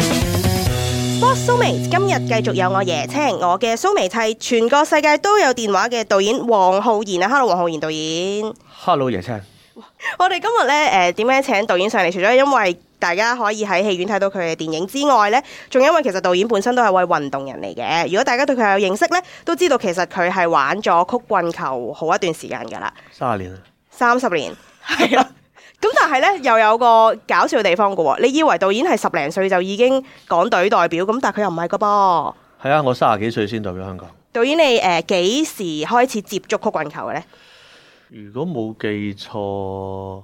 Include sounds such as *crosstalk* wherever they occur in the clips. Sports s o m a t e 今日繼續有我椰青，我嘅 s o m a t e 係全個世界都有電話嘅導演黃浩然啊，Hello 黃浩然導演。 Hello，椰青，我哋今日咧誒點樣請導演上嚟？除咗因為大家可以喺戲院睇到佢嘅電影之外咧，仲因為其實導演本身都係位運動人嚟嘅。如果大家對佢有認識咧，都知道其實佢係玩咗曲棍球好一段時間㗎啦，三十年啦，三十年係啦。咁但係咧又有個搞笑嘅地方嘅喎，你以為導演係十零歲就已經港隊代表咁，但係佢又唔係個噃。係啊，我三十幾歲先代表香港。導演你誒幾、時開始接觸曲棍球嘅咧？如果冇記錯，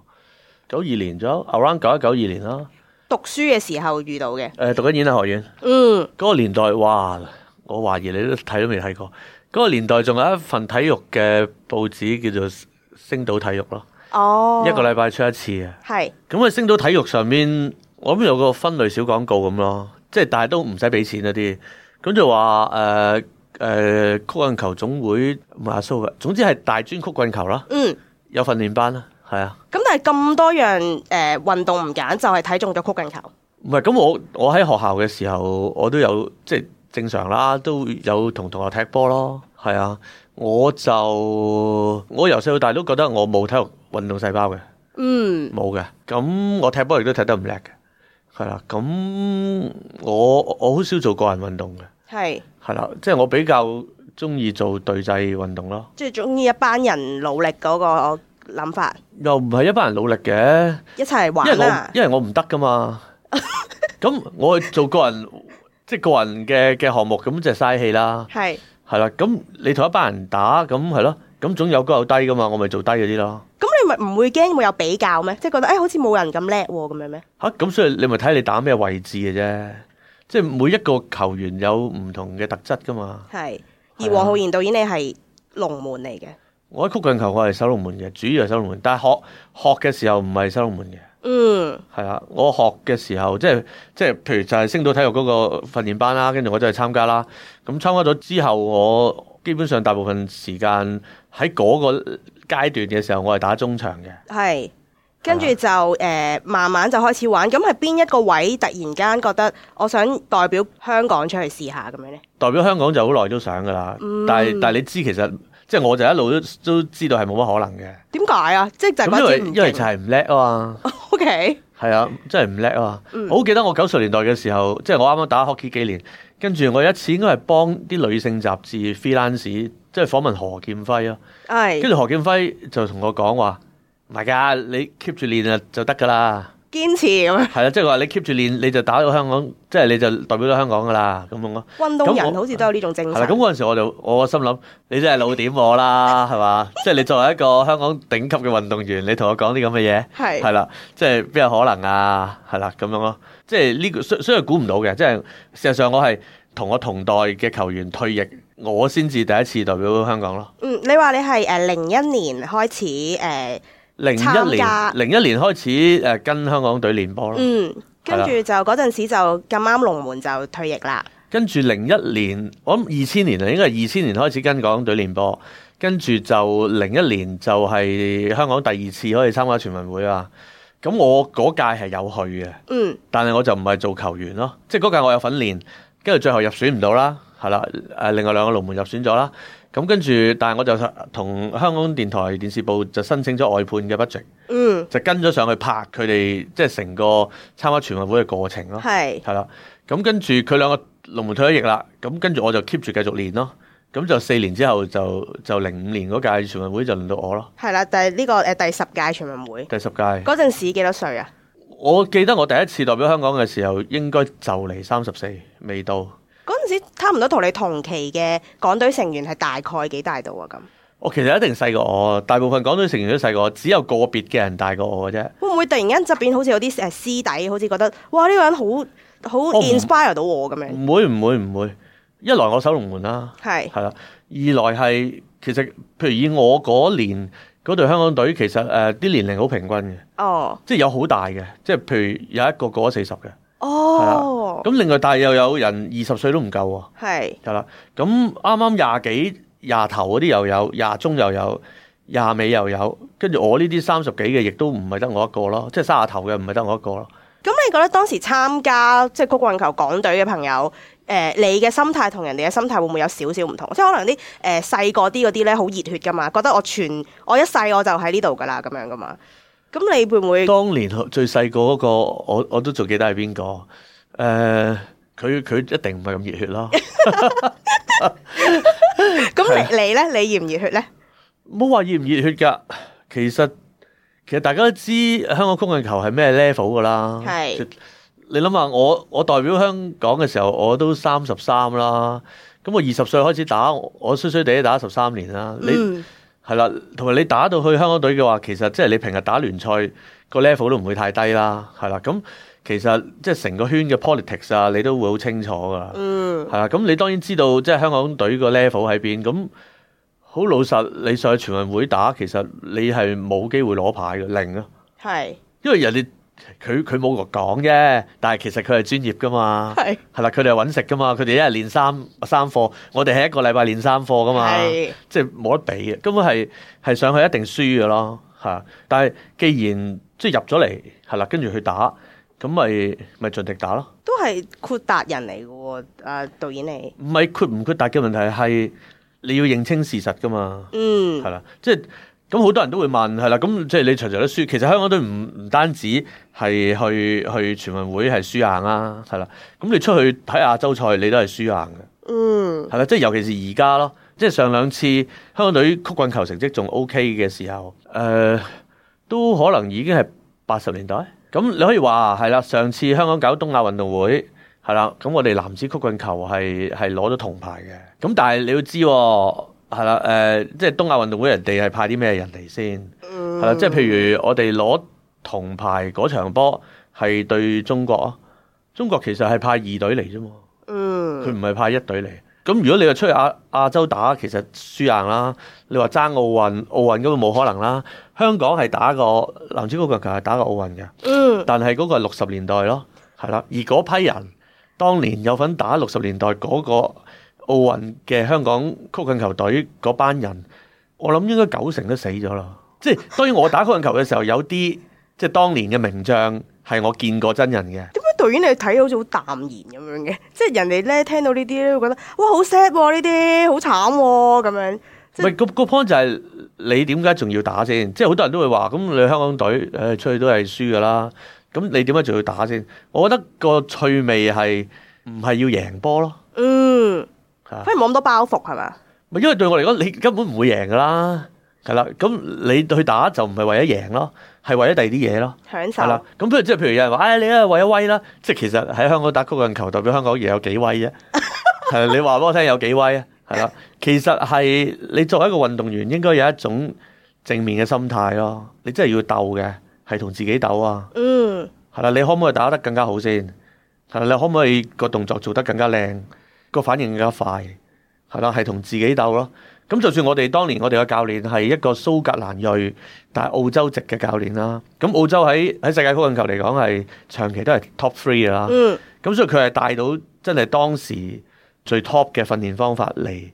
九二年左右，around 九一九二年啦。讀書嘅時候遇到嘅，誒、讀緊演藝學院嗯，嗰、個年代，哇！我懷疑你都睇都未睇過。嗰、個年代仲有一份體育嘅報紙叫做《星島體育》咯，哦，一個禮拜出一次嘅。係咁啊，星島體育上面，我諗有個分類小廣告咁咯，即係但係都唔使俾錢嗰啲。咁就話誒誒曲棍球總會唔係阿蘇嘅，總之係大專曲棍球啦，嗯，有訓練班啦，係啊。咁但係咁多樣誒、呃、運動唔揀，就係睇中咗曲棍球，唔係咁，我我喺學校嘅時候，我都有即係正常啦，都有同同學踢波咯，係啊。我就我由細到大都覺得我冇體育運動細胞嘅。嗯，冇嘅。咁我踢波亦都踢得唔叻嘅，係啦。咁我我好少做個人運動嘅，係係啦，即係我比較中意做隊制運動咯。即係中意一班人努力嗰個諗法，又唔係一班人努力嘅，一齊因為玩啊我啦，因為我唔得噶嘛。咁我做個人即係個人嘅嘅項目，咁就嘥氣啦，係。係啦。咁你同一班人打，咁係咯，咁總有高有低噶嘛，我咪做低嗰啲咯。咁你咪唔會驚會有比較咩？即係覺得誒、哎好似冇人咁叻喎咁樣咩？吓咁、所以你咪睇你打咩位置嘅啫，即係每一個球員有唔同嘅特質噶嘛。係。係而啊黃浩然導演你係龍門嚟嘅，我喺曲棍球我係守龍門嘅，主要係守龍門，但係學學嘅時候唔係守龍門嘅，嗯，係啊，我學嘅時候即係即係譬如就係星島體育嗰個訓練班啦，跟住我就去參加啦。咁參加咗之後，我基本上大部分時間喺嗰個階段嘅時候，我係打中場嘅。係。跟啊住就誒、呃慢慢就開始玩。咁係邊一個位突然間覺得我想代表香港出去試下咁樣呢？代表香港就好耐都想噶啦，嗯但係但係你知其實即係我就一路都都知道係冇乜可能嘅。點解啊？即係就係咁因嗰為支唔因為就 *laughs* 勁。係唔叻啊嘛， O K，係啊，真係唔叻啊嘛。嗯我好記得我九十年代嘅時候，即係我啱啱打 hockey 幾年，跟住我有一次應該係幫啲女性雜誌 freelance，即係訪問何劍輝啊。係跟住何劍輝就同我講話：唔係㗎，你 keep 住練啊就得㗎啦。堅持咁樣。係啦，即係話你 keep 住練，你就打到香港，即係你就代表到香港㗎啦，咁樣咯。運動咁人我好似都有呢種精係啦，咁神。嗰陣時我就我心諗，你真係老點我啦，係嘛？即係你作為一個香港頂級嘅運動員，你同我講啲咁嘅嘢。係係啦，即係邊有可能啊？係啦，咁樣咯，即係呢個雖雖然估唔到嘅，即係事實上我係同我同代嘅球員退役，我先至第一次代表香港咯。嗯，你話你係誒零一年開始誒、呃零一參年加，零一年開始誒跟香港隊練波咯，嗯，跟住就嗰陣時就咁啱龍門就退役啦。跟住零一年，我諗二千年啊，應該係二千年開始跟港隊練波，跟住就零一年就係香港第二次可以參加全運會啊。咁我嗰屆係有去嘅。嗯，但係我就唔係做球員咯，即係嗰屆我有份練，跟住最後入選唔到啦，係啦，誒另外兩個龍門入選咗啦，咁跟住但係我就同香港電台電視部就申請咗外判嘅 budget，嗯，就跟咗上去拍佢哋即係成個參加全運會嘅過程咯，係係啦，咁跟住佢兩個龍門退咗役啦，咁跟住我就 keep 住繼續練咯，咁就四年之後就就零五年嗰屆全運會就輪到我咯，係啦，就係呢個誒第十屆全運會第十屆。嗰陣時幾多歲啊？我記得我第一次代表香港嘅時候，應該就嚟三十四，未到。嗰陣時差唔多同你同期嘅港隊成員係大概幾大度啊？咁我其實一定細過我，大部分港隊成員都細過我，只有個別嘅人大過我嘅啫。會唔會突然間側邊好似有啲誒師弟，好似覺得哇呢、個人好好哦唔 inspire 到我咁樣？唔會唔會唔會，一來我守龍門啦，係係啦；二來係其實譬如以我嗰年嗰隊香港隊，其實呃誒啲、年齡好平均嘅，哦即係有好大嘅，即係譬如有一個過咗四十嘅，哦，咁另外但係又有人二十歲都唔夠喎。係係啦，咁啱啱廿幾、廿頭嗰啲又有，廿中又有，廿尾又有，跟住我呢啲三十幾嘅，亦都唔係得我一個咯，即係卅頭嘅唔係得我一個咯。咁你覺得當時參加即係曲棍球港隊嘅朋友，誒、你嘅心態同人哋嘅心態會唔會有少少唔同？即係可能啲誒細個啲嗰啲咧好熱血噶嘛，覺得我全我一世我就喺呢度噶啦咁樣噶嘛。咁你會唔會當年最細個嗰個，我我都仲記得係邊個？誒、佢佢一定唔係咁熱血啦，咁你你咧？你熱唔熱血咧？冇話熱唔熱血㗎。其實其實大家都知香港曲棍球係咩 level 㗎啦。係你諗下，我我代表香港嘅時候，我都三十三啦。咁我二十歲開始打，我我衰衰地打十三年啦。你嗯係啦，同埋你打到去香港隊嘅話，其實即係你平日打聯賽個 level 都唔會太低啦，係啦。咁其實即係成個圈嘅 politics 啊，你都會好清楚噶啦，嗯，係啦。咁你當然知道即係香港隊個 level 喺邊。咁好老實，你上去全運會打，其實你係冇機會攞牌嘅，零啊。係因為人哋佢佢冇講啫，但係其實佢係專業噶嘛，係係啦，佢哋係揾食噶嘛，佢哋一日練三三課，我哋係一個禮拜練三課噶嘛，係即係冇得比嘅，根本係係上去一定輸嘅咯，嚇！但係既然即係入咗嚟，係啦，跟住去打，咁咪咪盡力打咯，都係豁達人嚟嘅喎，啊導演你，唔係豁唔豁達嘅問題係你要認清事實噶嘛。嗯係啦，即係咁好多人都會問係啦，咁即係你場場都輸，其實香港隊唔唔單止係去去全運會係輸硬啦，係啦，咁你出去睇亞洲賽你都係輸硬嘅，嗯係啦，即係尤其是而家咯，即係上兩次香港隊曲棍球成績仲 OK 嘅時候，誒、都可能已經係八十年代，咁你可以話係啦，上次香港搞東亞運動會。係啦，咁我哋男子曲棍球係係攞咗銅牌嘅，咁但係你要知喎，係啦，誒、呃即係東亞運動會人哋係派啲咩人嚟先，嗯，係啦，即係譬如我哋攞銅牌嗰場波係對中國啊，中國其實係派二隊嚟啫嘛，佢嗯唔係派一隊嚟。咁如果你話出去亞亞洲打，其實輸硬啦。你話爭奧運，奧運根本冇可能啦。香港係打過男子曲棍球係打過奧運嘅。嗯但係嗰個係六十年代咯，係啦。而嗰批人當年有份打六十年代嗰個奧運嘅香港曲棍球隊嗰班人，我諗應該九成都死咗啦。即係當然我打曲棍球嘅時候，有啲即係當年嘅名將係我見過真人嘅。點解導演你睇好似好淡然咁樣嘅？ *laughs* 即係人哋咧聽到呢啲咧，會覺得哇好 sad 喎呢啲，好慘喎咁樣。即係喂，個個 point 就係你點解仲要打先？即係好多人都會話，咁你香港隊誒、出去都係輸噶啦，咁你點解仲要打先？我覺得個趣味係唔係要贏波咯？嗯，嚇反而冇咁多包袱係嘛？咪因為對我嚟講，你根本唔會贏噶啦，係啦。咁你去打就唔係為咗贏咯，係為咗第二啲嘢咯，享係啦受。咁譬如即係譬如有人話：，唉、你啊為咗威啦，即係其實喺香港打曲棍球代表香港而有幾 *laughs* 威啫？啊係你話俾我聽有幾威啊？係啦，其實係你作為一個運動員，應該有一種正面嘅心態咯。你真係要鬥嘅，係同自己鬥啊。嗯係啦，你可唔可以打得更加好先？係啦，你可唔可以個動作做得更加靚，個反應更加快？係啦，係同自己鬥咯。咁就算我哋當年我哋嘅教練係一個蘇格蘭裔，但係澳洲籍嘅教練啦。咁澳洲喺喺世界曲棍球嚟講係長期都係 top three 㗎啦。嗯咁所以佢係帶到真係當時最 top 嘅訓練方法嚟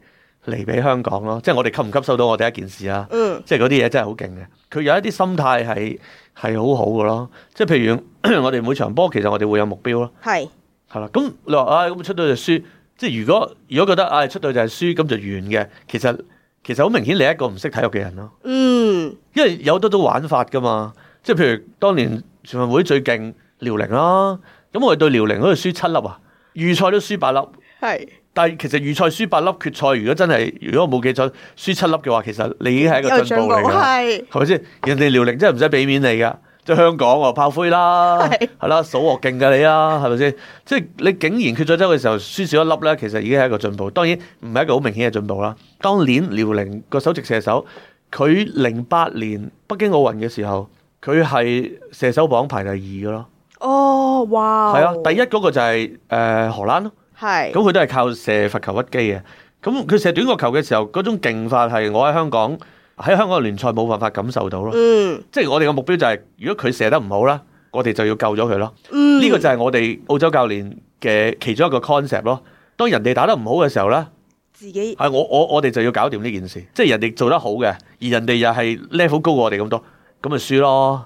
嚟俾香港咯。即係我哋吸唔吸收到我哋一件事啊？嗯即係嗰啲嘢真係好勁嘅。佢有一啲心態係係好好嘅咯。即係譬如 *clears throat* 我哋每場波，其實我哋會有目標咯，係係啦。咁你話啊唉，咁、出到就輸，即係如果如果覺得唉、出到就係輸，咁就完嘅。其實其實好明顯，你係一個唔識體育嘅人咯，嗯因為有好多種玩法噶嘛。即係譬如當年全運會最勁遼寧啦，咁我哋對遼寧嗰度輸七粒啊，預賽都輸八粒。係但係其實預賽輸八粒，決賽如果真係如果我冇記錯輸七粒嘅話，其實你已經係有一個進進步步嚟㗎啦。係係咪先？人哋遼寧真係唔使俾面你噶，即係香港喎，炮灰啦，係係啦，數學勁㗎你啦，係咪先？即係你竟然決賽周嘅時候輸少一粒咧，其實已經係一個進步。當然唔係一個好明顯嘅進步啦。當年遼寧個首席射手，佢零八年北京奧運嘅時候，佢係射手榜排第二嘅咯。哦，哇！係啊，第一嗰個就係、呃荷蘭咯，係咁佢都係靠射罰球屈機嘅。咁佢射短個球嘅時候，嗰種勁法係我喺香港喺香港嘅聯賽冇辦法感受到咯。嗯即係我哋嘅目標就係、如果佢射得唔好啦，我哋就要救咗佢咯。嗯，呢、個就係我哋澳洲教練嘅其中一個 concept 咯。當人哋打得唔好嘅時候咧，自己係我我我哋就要搞掂呢件事。即係人哋做得好嘅，而人哋又係 level 高過我哋咁多，咁咪輸咯。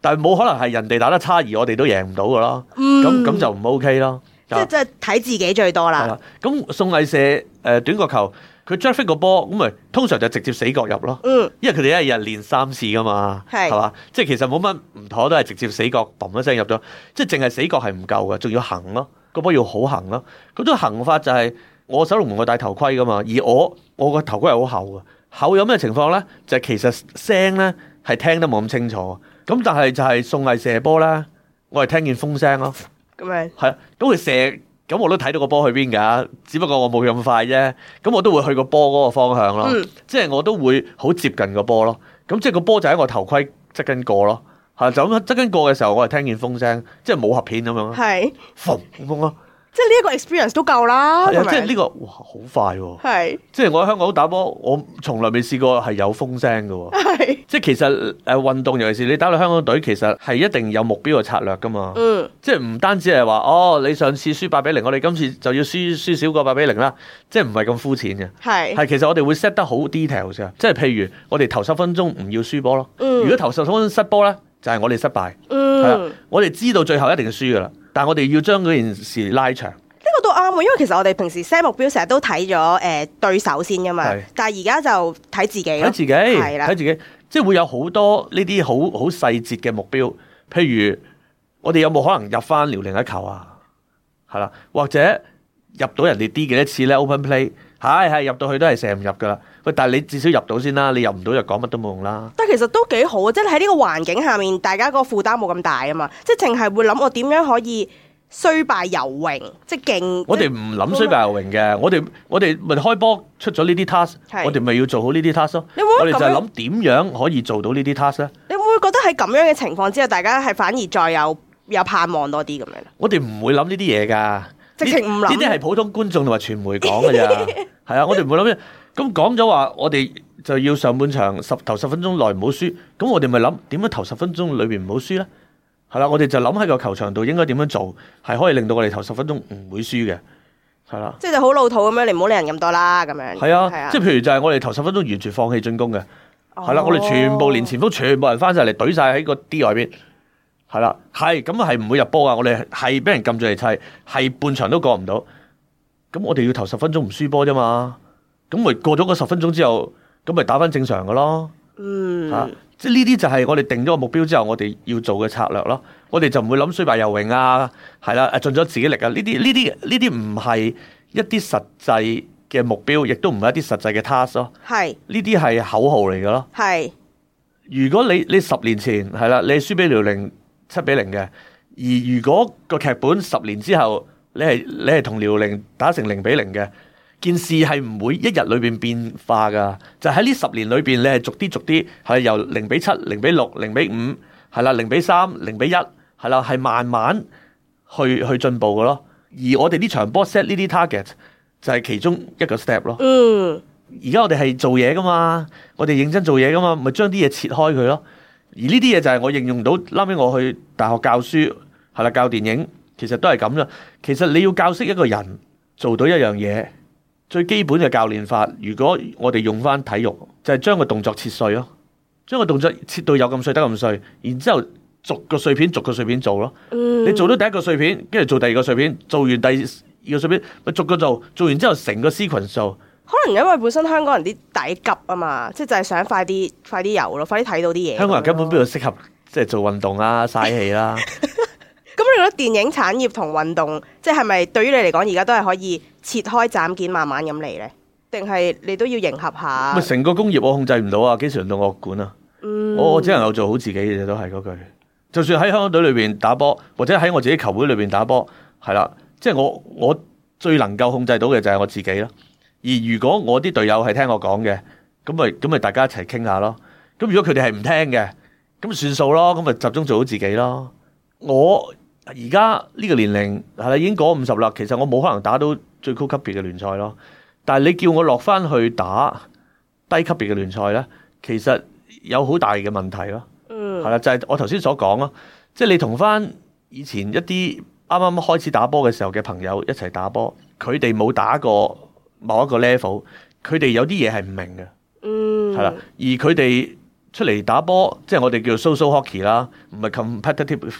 但係冇可能係人哋打得差而我哋都贏唔到噶咯。嗯咁咁、就唔 OK 咯。即係即係睇自己最多啊係啦。啦，咁宋藝射誒、呃短角球，佢 j a f f i 個波咁咪通常就直接死角入咯。嗯因為佢哋一日練三次噶嘛，係係嘛？即係其實冇乜唔妥，都係直接死角嘣一聲入咗，即係淨係死角係唔夠嘅，仲要行咯，個波要好行咯。嗰種行法就係、我守龍門我戴頭盔噶嘛，而我我個頭盔係好厚嘅，厚有咩情況咧？就係、其實聲咧係聽得冇咁清楚，咁但係就係宋藝射波咧，我係聽見風聲咯。咁樣係啊，咁佢射，咁我都睇到個波去邊㗎，只不過我冇咁快啫。咁我都會去個波嗰個方向咯，嗯即係我都會好接近個波咯。咁即係個波就喺我頭盔側跟過咯，係就咁側跟過嘅時候，我係聽見風聲，即係武俠片咁樣咯，係，風風咯，即係呢一個 experience 都夠啦。係啊係咪即係呢個哇好快喎！係即係我喺香港打波，我從來未試過係有風聲嘅喎。係即係其實誒、呃、運動，尤其是你打到香港隊，其實係一定有目標嘅策略㗎嘛。嗯即係唔單止係話哦，你上次輸八比零，我哋今次就要輸輸少過八比零啦，即係唔係咁膚淺嘅。係係其實我哋會 set 得好 detail 嘅，即係譬如我哋頭十分鐘唔要輸波咯。嗯如果頭十分鐘失波咧，就係、我哋失敗。係啦、嗯。我哋知道最後一定輸噶啦，但係我哋要將嗰件事拉長。呢個都啱喎，因為其實我哋平時 set 目標成日都睇咗誒對手先噶嘛係，但係而家就睇自己咯睇自己，係啦睇自己，即係會有好多呢啲好好細節嘅目標，譬如我哋有冇可能入翻遼寧一球啊？係啦，或者入到人哋 D 幾多次咧？Open play，係係入到去都係射唔入噶啦。喂，但係你至少入到先啦，你入唔到就講乜都冇用啦。但其實都幾好啊！即係喺呢個環境下面，大家個負擔冇咁大啊嘛，即係淨係會諗我點樣可以雖敗猶榮，即係勁。我哋即唔諗衰敗游泳嘅，我哋我哋咪開波出咗呢啲 task，係我哋咪要做好呢啲 task 咯。你會唔我會哋就咁係樣諗點樣可以做到呢啲 task 咧？你會唔會覺得喺咁樣嘅情況之下，大家係反而再有有盼望多啲咁樣？我哋唔會諗呢啲嘢㗎，直情唔呢諗呢啲係普通觀眾同埋傳媒講㗎 *laughs* 咋，係啊，我哋唔會諗呢。咁講咗話，我哋就要上半場十頭十分鐘內唔好輸，咁我哋咪諗點樣頭十分鐘裏邊唔好輸咧？係啦，我哋就諗喺個球場度應該點樣做，係可以令到我哋頭十分鐘唔會輸嘅，係啦。即係就好老土咁樣，你唔好理人咁多啦，咁樣。係啊，即係譬如就係我哋頭十分鐘完全放棄進攻嘅，哦係啦，我哋全部連前鋒全部人翻晒嚟，懟晒喺個 D 外邊，係啦，係咁係唔會入波啊！我哋係俾人撳住嚟砌，係半場都過唔到，咁我哋要頭十分鐘唔輸波啫嘛，咁咪過咗嗰十分鐘之後，咁咪打翻正常嘅咯，嗯嚇、即係呢啲就係我哋定咗個目標之後，我哋要做嘅策略咯。我哋就唔會諗衰敗游泳啊，係啦，誒盡咗自己力啊。呢啲呢啲呢啲唔係一啲實際嘅目標，亦都唔係一啲實際嘅 task 咯。係呢啲係口號嚟嘅咯。係如果你你十年前係啦，你係輸俾遼寧七比零嘅，而如果個劇本十年之後你係你係同遼寧打成零比零嘅，件事係唔會一日裏邊變化㗎。就喺呢十年裏邊，你係逐啲逐啲係由零比七、零比六、零比五係啦，零比三、零比一係啦，係慢慢去去進步嘅咯。而我哋呢場波 set 呢啲 target 就係其中一個 step 咯。嗯而家我哋係做嘢噶嘛，我哋認真做嘢噶嘛，咪將啲嘢切開佢咯。而呢啲嘢就係我應用到，後尾我去大學教書，係啦，教電影，其實都係咁啦。其實你要教識一個人做到一樣嘢，最基本嘅教練法，如果我哋用翻體育，就係將個動作切碎咯，將個動作切到有咁碎得咁碎，然之後逐個碎片逐個碎片做咯。嗯，你做到第一個碎片，跟住做第二個碎片，做完第二個碎片，咪逐個做，做完之後成個 sequence 做。可能因為本身香港人啲底急啊嘛，即係就係想快啲快啲有咯，快啲睇到啲嘢。香港人根本邊咁樣咯啊度適合即係做運動啦、嘥氣啦，咁你覺得電影產業同運動，即係咪對於你嚟講而家都係可以切開斬件慢慢咁嚟咧？定係你都要迎合下咪？成個工業我控制唔到啊，幾時輪到我管啊？嗯，我我只能夠做好自己嘅啫，都係嗰句。就算喺香港隊裏邊打波，或者喺我自己球會裏邊打波，係啦，即係我我最能夠控制到嘅就係我自己啦。而如果我啲隊友係聽我講嘅，咁咪咁咪大家一齊傾下咯。咁如果佢哋係唔聽嘅，咁算數咯，咁咪集中做好自己咯。我而家呢個年齡係啦，已經過五十啦，其實我冇可能打到最高級別嘅聯賽咯。但係你叫我落翻去打低級別嘅聯賽咧，其實有好大嘅問題咯。嗯係啦，就係、我頭先所講咯，即係你同翻以前一啲啱啱開始打波嘅時候嘅朋友一齊打波，佢哋冇打過某一個 level，佢哋有啲嘢係唔明嘅，嗯，係啦，而佢哋出嚟打波，即係我哋叫 social hockey 啦，唔係 competitive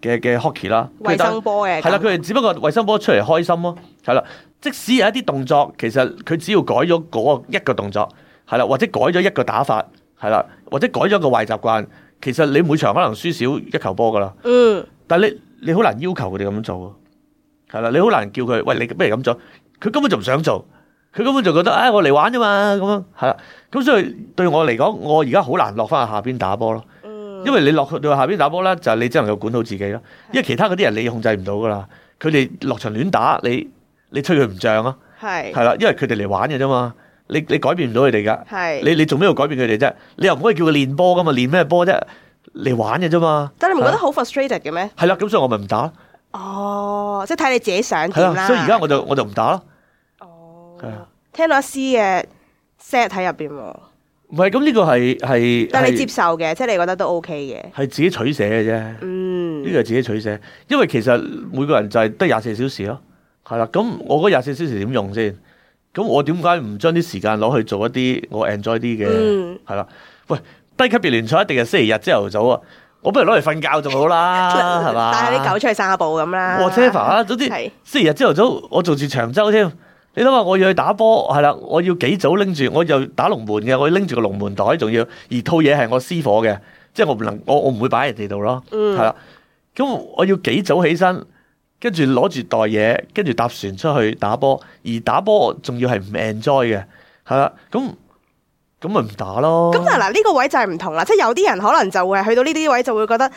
嘅嘅 hockey 啦，佢衞哋打生波嘅係啦，佢哋只不過衞生波出嚟開心咯，係啦。即使有一啲動作，其實佢只要改咗嗰一個動作，係啦，或者改咗一個打法，係啦，或者改咗個壞習慣，其實你每場可能輸少一球波噶啦。嗯但係你你好難要求佢哋咁做喎，係啦，你好難叫佢喂你不如咁做，佢根本就唔想做，佢根本就覺得唉、我嚟玩啫嘛咁樣，係啦，咁所以對我嚟講，我而家好難落翻去下邊打波咯。嗯，因為你落去到下邊打波咧，就係你只能夠管好自己咯。因為其他嗰啲人你控制唔到噶啦，佢哋落場亂打，你你吹佢唔漲啊，係係啦，因為佢哋嚟玩嘅啫嘛，你你改變唔到佢哋噶，係你你做咩要改變佢哋啫？你又唔可以叫佢練波噶嘛，練咩波啫？嚟玩嘅啫嘛，但係你唔覺得好 frustrated 嘅咩？係啦，咁所以我咪唔打咯，哦，即係睇你自己想係點啦，啦。所以而家我就我就唔打咯。係哦啊，聽到阿詩嘅 set 喺入邊喎，唔係咁呢個係係但係你接係受嘅，即係你覺得都 OK 嘅。係自己取捨嘅啫。嗯，呢個係自己取捨，因為其實每個人就係得廿四小時咯，係啦。咁我嗰廿四小時點用先？咁我點解唔將啲時間攞去做一啲我 enjoy 啲嘅？嗯，係啦、喂，低級別聯賽一定係星期日朝頭早啊，我不如攞嚟瞓覺仲好啦，啊係嘛？ *laughs* 但係你狗出去散下步咁啦。 whatever 啦，總之啊係星期日朝頭早我做住長洲添。你諗下，我要去打波，係啦，我要幾早拎住，我又打龍門嘅，我要拎住個龍門袋，仲要而套嘢係我私伙嘅，即係我唔能，我我唔會擺喺人哋度咯，嗯係啦、咁我要幾早起身，跟住攞住袋嘢，跟住搭船出去打波，而打波仲要係唔 enjoy 嘅，係啦，咁咁咪唔打咯。咁但係嗱，呢個位就係唔同啦，即係有啲人可能就會係去到呢啲位就會覺得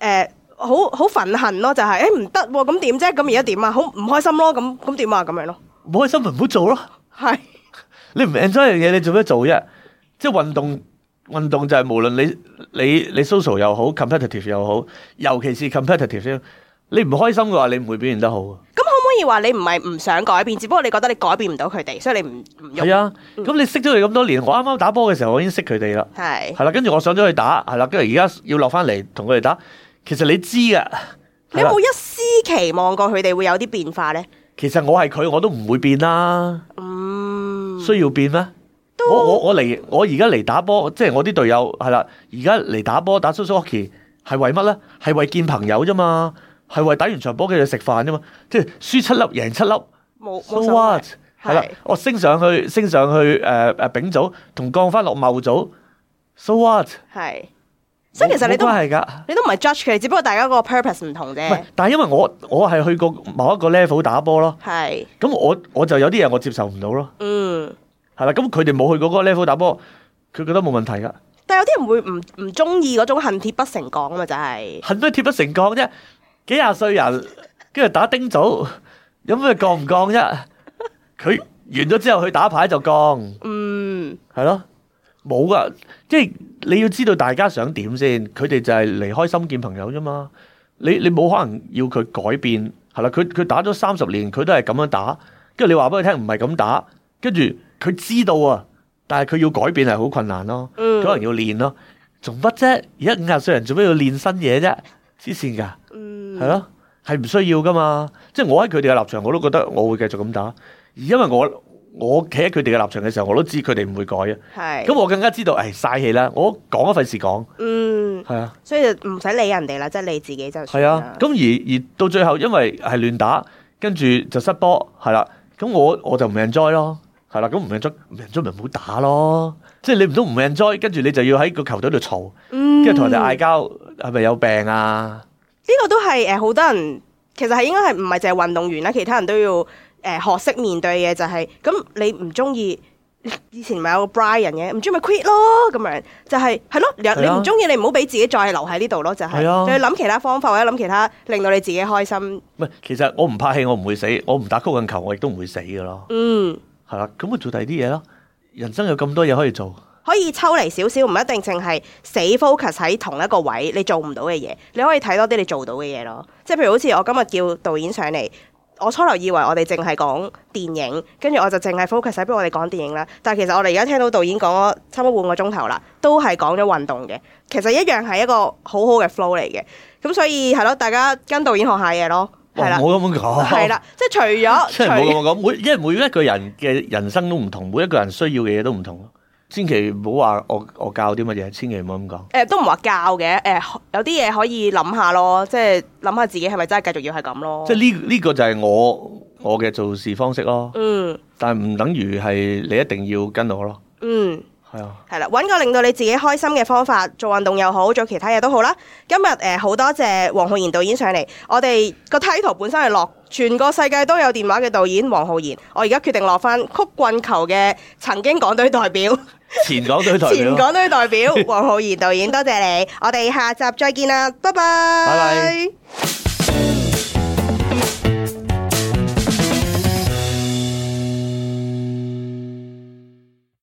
誒好好憤恨咯，就係誒唔得喎，咁點啫？咁而家點啊？好唔開心咯，咁咁點啊？咁樣咯，唔開心咪唔好做咯。係你唔 enjoy 樣嘢，你做咩做啫？即係運動，運動就係無論你你你 social 又好，competitive 又好，尤其是 competitive 先，你唔開心嘅話，你唔會表現得好。咁可唔可以話你唔係唔想改變，只不過你覺得你改變唔到佢哋，所以你唔唔用係啊，咁你識咗佢咁多年，我啱啱打波嘅時候，我已經識佢哋啦，係係啦，跟住我上咗去打，係啦，跟住而家要落翻嚟同佢哋打，其實你知㗎。你係有啦冇一絲期望過佢哋會有啲變化咧？其實我係佢，我都唔會變啦，嗯，需要變咩？都我我我嚟，我而家嚟打波，即係我啲隊友係啦，而家嚟打波打 social hockey 係為乜咧？係為見朋友啫嘛，係為打完場波跟住食飯啫嘛，即係輸七粒贏七粒冇冇所，so 謂 what？係啦係，我升上去升上去誒誒丙組同降翻落茂組，so what？係，所以其實你都係㗎。你都唔係 judge 佢，只不過大家個 purpose 唔同唔係啫，，但係因為我我係去過某一個 level 打波咯，係咁我我就有啲嘢我接受唔到咯，嗯。係啦，咁佢哋冇去過嗰個 level 打波，佢覺得冇問題㗎。但有啲人會唔唔中意嗰種恨鐵不成鋼啊嘛，就係、恨咩貼不成鋼啫？幾廿歲人跟住打丁組，有咩降唔降啫？佢完咗之後去打牌就降，嗯，係咯，冇噶。即係你要知道大家想點先，佢哋就係嚟開心見朋友啫嘛。你你冇可能要佢改變，係啦。佢佢打咗三十年，佢都係咁樣打，跟住你話俾佢聽唔係咁打，跟住佢知道啊，但係佢要改變係好困難咯。嗯佢可能要練咯，做乜啫？而家五廿歲人做咩要練新嘢啫？黐線㗎！嗯，係咯，係唔需要噶嘛。即係我喺佢哋嘅立場，我都覺得我會繼續咁打。而因為我我企喺佢哋嘅立場嘅時候，我都知佢哋唔會改啊。係，咁我更加知道，誒嘥氣啦，我講都費事講。嗯，係啊，所以就唔使理人哋啦，即係你自己就算係啊啦。。咁而而到最後，因為係亂打，跟住就失波，係啦。咁我我就唔 enjoy 咯，係啦。咁唔 enjoy 唔 enjoy 咪唔好打咯。即係你唔通唔 enjoy，跟住你就要喺個球隊度嘈，嗯跟住同人哋嗌交，係咪有病啊？呢個都係誒好多人其實係應該係唔係淨係運動員啦，其他人都要誒、呃、學識面對嘅就係、咁，你唔中意。 *laughs* 以前咪有個 Brian 嘅，唔中意咪 quit 咯，咁樣就係係咯，你係你啊唔中意你唔好俾自己再留喺呢度咯，就係、係啊你去諗其他方法或者諗其他令到你自己開心，唔係，其實我唔拍戲，我唔會死；我唔打曲棍球，我亦都唔會死噶咯。嗯，係啦，咁咪做第二啲嘢咯。人生有咁多嘢可以做，可以抽離少少，唔一定淨係死 focus 喺同一個位，你做唔到嘅嘢，你可以睇多啲你做到嘅嘢咯。即係譬如好似我今日叫導演上嚟，我初頭以為我哋淨係講電影，跟住我就淨係 focus 喺不如我哋講電影啦。但係其實我哋而家聽到導演講咗差唔多半個鐘頭啦，都係講咗運動嘅，其實一樣係一個好好嘅 flow 嚟嘅。咁所以係咯，大家跟導演學下嘢咯，係哇啦唔好，咁樣講。係，啦，即係除咗即係唔好除咁樣講。每因為每一個人嘅人生都唔同，每一個人需要嘅嘢都唔同咯。千祈唔好話我我教啲乜嘢，千祈唔好咁講。誒、呃都唔話教嘅，誒、呃有啲嘢可以諗下咯，即係諗下自己係咪真係繼續要係咁咯。即係呢呢個就係我我嘅做事方式咯，嗯但係唔等於係你一定要跟我咯。嗯，係啊，係啦，揾個令到你自己開心嘅方法，做運動又好，做其他嘢都好啦。今日誒好多謝黃浩然導演上嚟，我哋個 title 本身係落全個世界都有電話嘅導演黃浩然，我而家決定落翻曲棍球嘅曾經港隊代表、前港隊代表前。港隊代表黃浩然導演，多謝你，我哋下集再見啦，拜拜。拜拜